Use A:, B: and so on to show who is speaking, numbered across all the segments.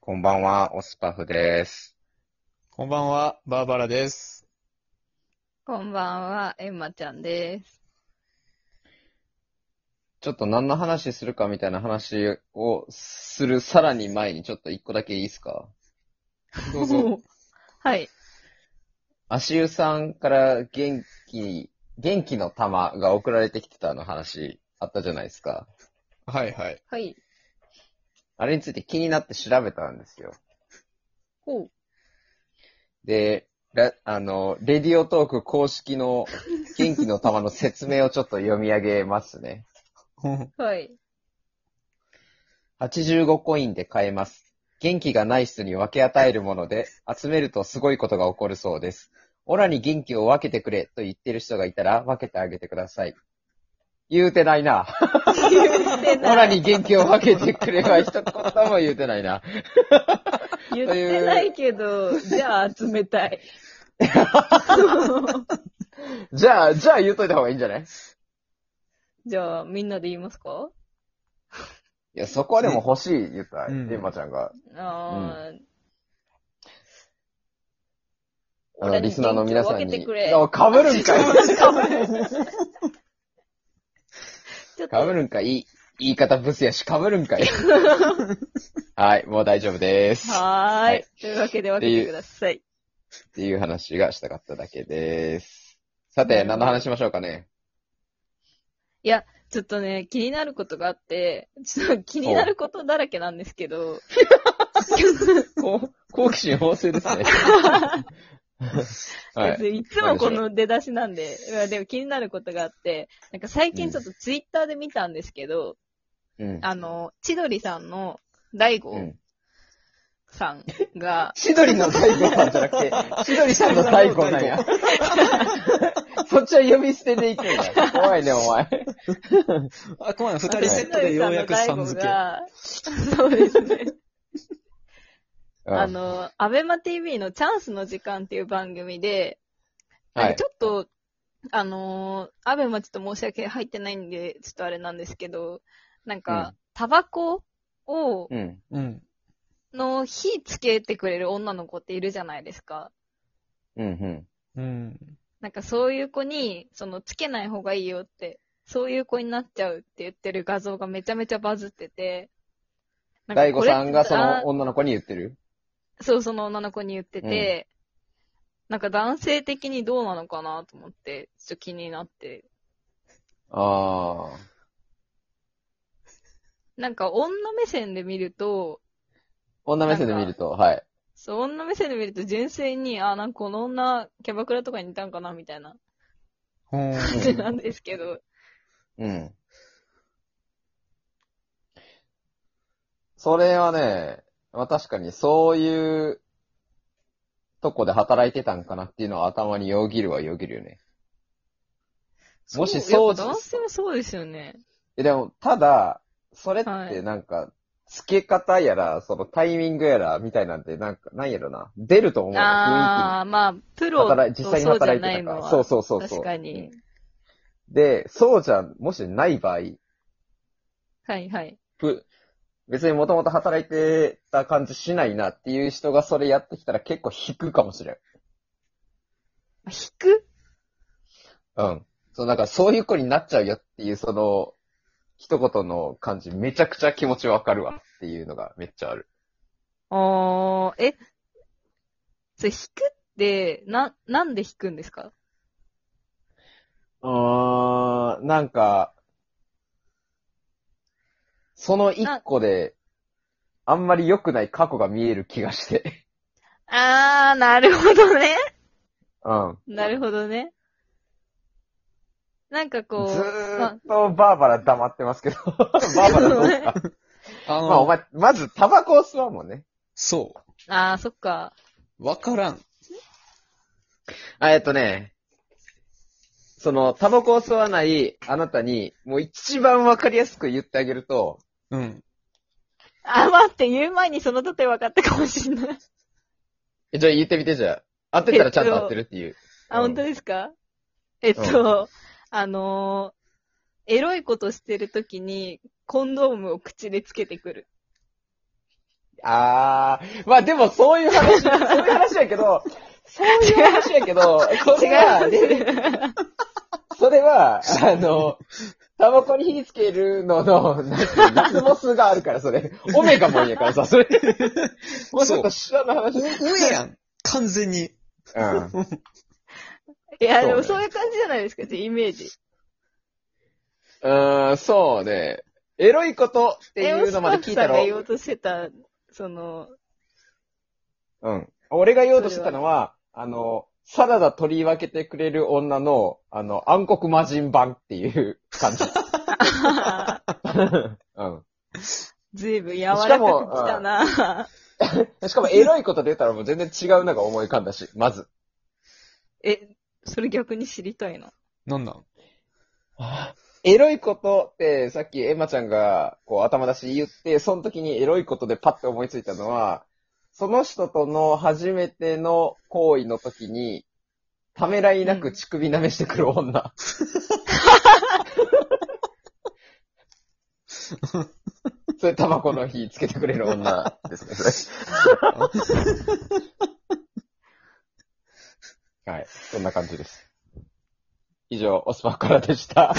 A: こんばんは、オスパフです。
B: こんばんは、バーバラです。
C: こんばんは、エンマちゃんです。
A: ちょっと何の話するかみたいな話をするさらに前にちょっと一個だけいいですか
B: どうぞ。
C: はい。
A: 足湯さんから元気、元気の玉が送られてきてたの話あったじゃないですか。
B: はいはい。
C: はい。
A: あれについて気になって調べたんですよ。
C: ほう。
A: で、ラあの、レディオトーク公式の元気の玉の説明をちょっと読み上げますね。
C: はい。
A: 85コインで買えます。元気がない人に分け与えるもので、集めるとすごいことが起こるそうです。オラに元気を分けてくれと言ってる人がいたら分けてあげてください。言うてないな。
C: 言って
A: オラ
C: ない。
A: に元気を分けてくれは一言も言うてないな。
C: 言ってないけど、じゃあ集めたい。
A: じゃあ、じゃあ言うといた方がいいんじゃないい
C: じゃあ、みんなで言いますか
A: や、そこはでも欲しい言った、エ
B: うん
A: ンマちゃんが。
C: あー。
A: あの、リスナーの皆さん
C: 俺元
A: に。
C: 気を分けてくれ。
A: あ被るんかい。
C: ちょっと
A: 被るんかい。言い方ブスやし、被るんか い。はい、もう大丈夫です。
C: は
A: は
C: ー
A: い
C: い。というわけで分けてください。
A: っていう話がしたかっただけです。さて、何の話しましょうかね。
C: ちょっとね、気になることがあって、ちょっと気になることだらけなんですけど、
A: こう好奇心旺盛ですね。 はい。
C: い、つもこの出だしなんで、いやでも気になることがあって、なんか最近ちょっとツイッターで見たんですけど、
A: うん。
C: あの、千鳥さんの大
A: う
C: 悟
A: ん。
C: さんが、
A: 千鳥の大悟さんじゃな くて、千鳥さんの大悟なんや。 そっちは呼び捨てでいくんだ。怖いね、お前。
B: あくま で二
C: あ
B: 人
C: の
B: セットでようやくさん付け。
C: 千鳥さんの大悟がそうですね。
A: うん
C: あ、の、アベマ TV のチャンスの時間っていう番組で、な
A: は
C: ん
A: い
C: かち。ょっと、あのーアベマちょっと申し訳入ってないんで、ちょっとあれなんですけど、なん
A: う
C: か、タバコを、
A: うん。
B: うん。
C: の火つけてくれる女の子っているじゃないですか。
A: うん、うん。
B: うん。
C: なんかそういう子に、そのつけない方がいいよって、そういう子になっちゃうって言ってる画像がめちゃめちゃバズってて。なんか
A: 大
C: こ
A: 悟
C: れ
A: さんがそ
C: あ
A: の女の子に言ってる
C: そう、その女の子に言ってて、なんか男性的にどうなのかなと思って、ちょっと気になって。
A: ああ。
C: なんか女目線で見ると、
A: 女目線で見ると、はい。
C: そう、女目線で見ると純粋に、あ、なんかこの女、キャバクラとかにいたんかなみたいな
B: ほーん
C: 感じなんですけど。
A: うん。それはね、まあ確かにそういうとこで働いてたんかなっていうのは頭によぎるはよぎるよね。もしそう
C: やっぱ男性はそうですよね。
A: えでも、ただ、それっ
C: は
A: て
C: い
A: なんか、付け方やら、そのタイミングやら、みたいなんて、なんか、なんやろな。出ると思うの。雰
C: ああ、まあ、プ
A: 囲気
C: ロ
A: 働い
C: と
A: 実際に
C: そうじゃ
A: 働い
C: な
A: てた
C: い
A: か
C: の
A: ら。
C: は。
A: そうそうそうそう。
C: 確かに。
A: で、そうじゃ、もしない場合、
C: はいはい。
A: ぷ別にもともと働いてた感じしないなっていう人がそれやってきたら結構引くかもしれん。
C: あ引く
A: うん。そう、なんかそういう子になっちゃうよっていうその、一言の感じ、めちゃくちゃ気持ちわかるわっていうのがめっちゃある。
C: あー、え、それ引くって、な、なんで引くんですか
A: うーん、なんか、その一個で、あんまり良くない過去が見える気がして。
C: あー、なるほどね。
A: うん。
C: なるほどね。なんか
A: ず
C: こう、
A: ーっとバーバラ黙ってます けど。バーバラどうか。
B: あの、
A: まあお前、まずタバコを吸わんもんね。
B: そ
C: あー、そっか。
B: う。わからん。
A: あ、えっとね、その、タバコを吸わないあなたに、もう一番わかりやすく言ってあげると、
B: うん。
C: あ、待って、言う前にその例え分かったかもしれない。
A: えじゃあ言ってみてじゃあ。合ってたらちゃんと合ってるっていう。
C: あ、本当ですかえっと、あのーエロいことしてるときに、コンドームを口でつけてくる。
A: あー、まあでもそういう話、そういう話やけど、 そういう話やけど、それは、それは、あの、タバコに火つけるのの、なんていうのラスボスがあるから、それ。オメガもんやからさ、 それ。もうちょっと下の話。
B: 上やん。完全に。
A: うん。
C: いや、でも
A: そうね
C: そういう感じじゃないですか、じゃあイメージ。
A: うーん、そうね。エロいことっていうのまで聞いた
C: エオスパフさん
A: ろ
C: が。言おうとしてた、その、
A: うん。俺が言おうとしてたのは、あの、サラダ取り分けてくれる女の、あの、暗黒魔人版っていう感 じ。うん。
C: ずいぶん柔らかくきたな。
A: しかも、エロいことで言ったらもう全然違うのが思い浮かんだし、まず。
C: え、それ逆に知りたいな。
B: なんなん
A: エロいことって、さっきエマちゃんが、こう、頭出し言って、その時にエロいことでパッて思いついたのは、その人との初めての行為の時に、ためらいなく乳首舐めしてくる女。それ、タバコの火つけてくれる女ですね、それ。はい。そんな感じです。以上、オスパからでした。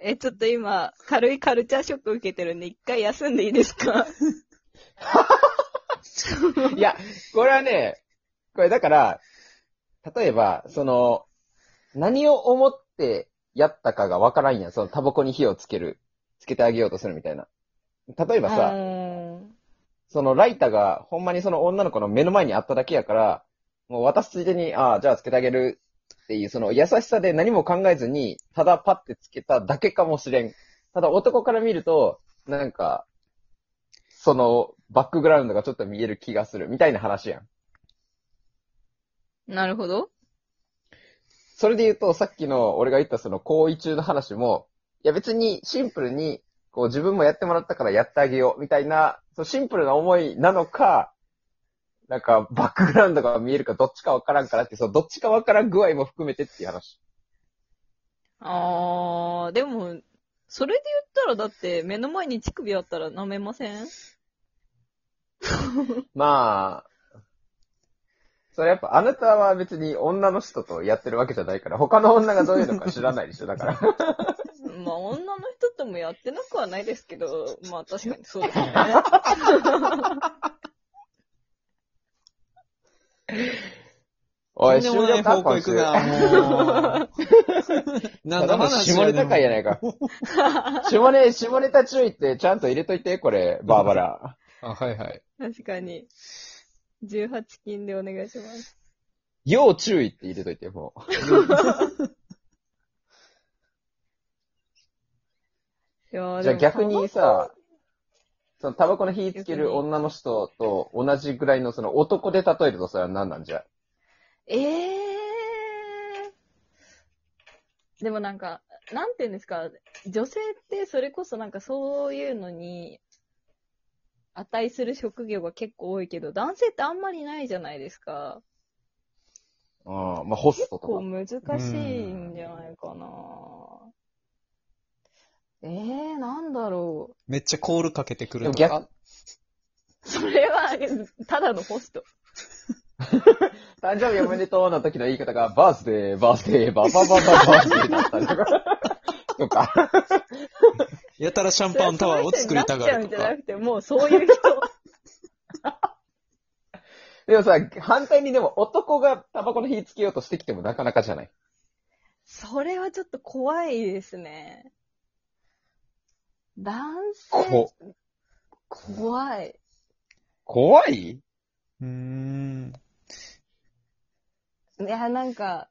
C: え、ちょっと今、軽いカルチャーショック受けてるんで、一回休んでいいですか
A: いや、これはね、これだから、例えば、その、何を思ってやったかがわからんやん。そのタバコに火をつける、つけてあげようとするみたいな。例えばさ、
C: うん
A: そのライターがほんまにその女の子の目の前にあっただけやから、もう渡すついでに、ああ、じゃあつけてあげるっていう、その優しさで何も考えずに、ただパッてつけただけかもしれん。ただ男から見ると、なんか、そのバックグラウンドがちょっと見える気がするみたいな話やん。
C: なるほど。
A: それで言うと、さっきの俺が言ったその行為中の話も、いや別にシンプルに、こう自分もやってもらったからやってあげようみたいな、そのシンプルな思いなのか、なんかバックグラウンドが見えるかどっちかわからんからって、そのどっちかわからん具合も含めてっていう話。
C: あー、でも、それで言ったらだって、目の前に乳首あったら舐めません
A: まあ、それやっぱあなたは別に女の人とやってるわけじゃないから、他の女がどういうのか知らないでしょ、だから。
C: まあ、女の人ともやってなくはないですけど、まあ確かにそうですね。
A: おい、終
B: とんでもな
A: 了
B: い
A: か
B: 方
A: 今
B: 向行く
A: 週。
B: な、も う。なん
A: た
B: だ
A: だの
B: 話
A: 下ネタ会やないか。下ネ、下ネタ注意ってちゃんと入れといて、これ、バーバラ。
B: あ、はいはい。
C: 確かに。18金でお願いします。
A: 要注意って入れといて、もう。
C: いやー
A: じゃあ逆に、
C: でも
A: さ、そのタバコの火つける女の人と同じぐらいのその男で例えるとそれは何なんじゃ
C: ええー。でもなんか、なんて言うんですか、女性ってそれこそなんかそういうのに値する職業が結構多いけど、男性ってあんまりないじゃないですか。
A: ああ、まあホストと
C: こう
A: か。
C: 難しいんじゃないかな。ええー、なんだろ
B: めっちゃコールかけてく
A: で
B: る
A: も
B: と
A: 逆
B: か。、
C: う。それは、ただのホスト。
A: 誕生日おめでとうの時の言い方が、バースデー、バースデー、バーバーバーバーバースデーだったりとか。とか。
B: やたらシャンパンタワーを作りたがる
C: それはその人になっちゃうん
B: とか
C: じゃな。くて、もうそういう人。
A: でもさ、反対にでも男がタバコの火つけようとしてきてもなかなかじゃない。
C: それはちょっと怖いですね。男性、
A: こ、
C: 怖い。
A: 怖いう
B: ーん。
C: いや、なんか、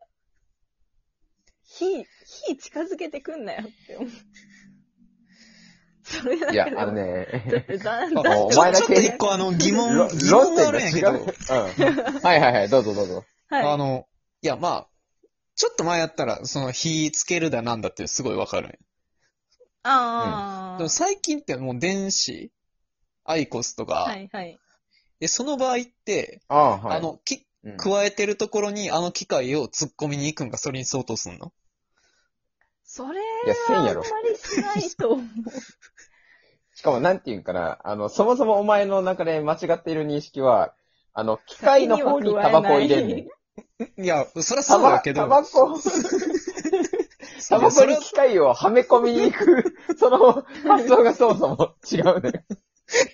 C: 火、火近づけてくんなよって思う。それなんか
A: い
C: で
A: や
C: も、
A: あの。ね。
C: だってだん
B: あ
C: だん
A: お
B: ちょ
A: 前だ
B: ちょっと
A: け
B: 一個あの疑問、
A: ろ
B: 疑
A: 論
B: 問が
A: 点
B: あ
A: が違
B: るんやけ
A: う。うん。
B: ど、
A: はいはいはい、どうぞどうぞ。
B: あ
C: はい。
B: の、いやまあ、ちょっと前やったら、その火つけるだなんだってすごいわかるんや
C: ああ、
B: でも最近ってもう電子、アイコスとか、
C: はいはい。
B: で、その場合って、
A: ああ、はい。
B: あの、き、
A: うん、
B: 加えてるところにあの機械を突っ込みに行くんがそれに相当すんの
C: それ
A: いや、せん
C: はあ
A: や
C: ん
A: ろ。
C: まりしないと思う。
A: かも、なんていうんかな、あの、そもそもお前の中で間違っている認識は、あの、機械の方にタバコを入れんねん。
B: いや、そり
A: タ
B: ゃそう
A: バ
B: だけど。
A: タバコ、タバコに機械をはめ込みに行 く、その発想がそもそも違うね。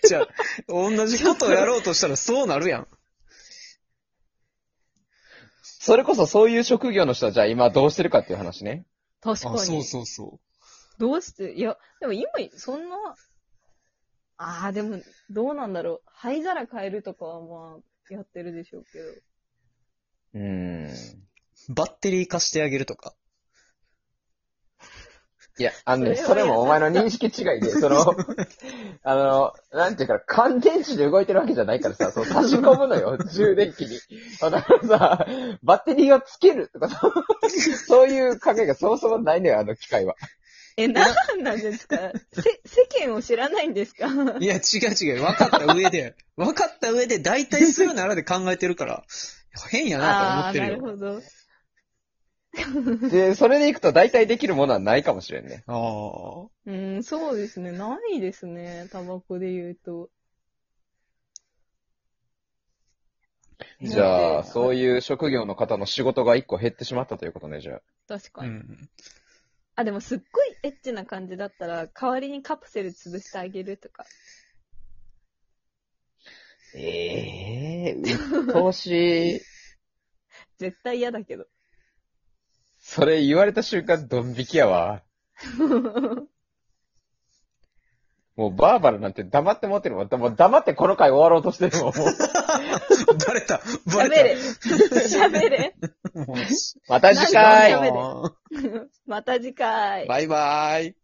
B: じゃあ、同じことをやろうとしたらそうなるやん。
A: それこそそういう職業の人はじゃあ今どうしてるかっていう話ね。
C: 確か
B: あ、
C: に。
B: そうそうそ
C: どうして、いや、でも今、そんな、ああ、でも、どうなんだろう。灰皿変えるとかはまあ、やってるでしょうけど。
A: うーん。
B: う。バッテリー貸してあげるとか。
A: いや、あのね、そ
C: それ
A: れ
C: は
A: もお前の認識違いで、そ の、あの、なんていうか、乾電池で動いてるわけじゃないからさ、そう差し込むの よ、充電器に。だからさ、バッテリーをつけるとか、 そうそういう考えがそもそもないのよ、あの機械は。
C: え、なんなんですか せ、世間を知らないんですか
B: いや、違う違う。分かった上 で、分かった上で、大体するならで考えてるから、変や
C: あ
B: な
C: あ、
B: と
C: な
B: 思って
C: る
B: るよ。
C: ほど。
A: で、それでいくと大体できるものはないかもしれんね。
B: ああ。
C: うん、そうですね。ないですね。タバコで言うと。
A: じゃあ、
C: う。
A: そういう職業の方の仕事が一個減ってしまったということね、じゃあ。
C: 確か
B: う
C: に。
B: ん。
C: あ、でもすっごいエッチな感じだったら、代わりにカプセル潰してあげるとか。
A: ええー、投資、
C: 絶対嫌だけ ど。
A: それ言われた瞬間、ドン引きやわ。もうバーバラなんて黙って持ってるもん。もう黙ってこの回終わろうとしてるもん。もう
B: バレた。バ
C: 喋
B: レ
C: れ喋れ
B: た。もう
A: また次
C: は
A: 回
C: い
B: あー
C: また次回。
B: バイバイ。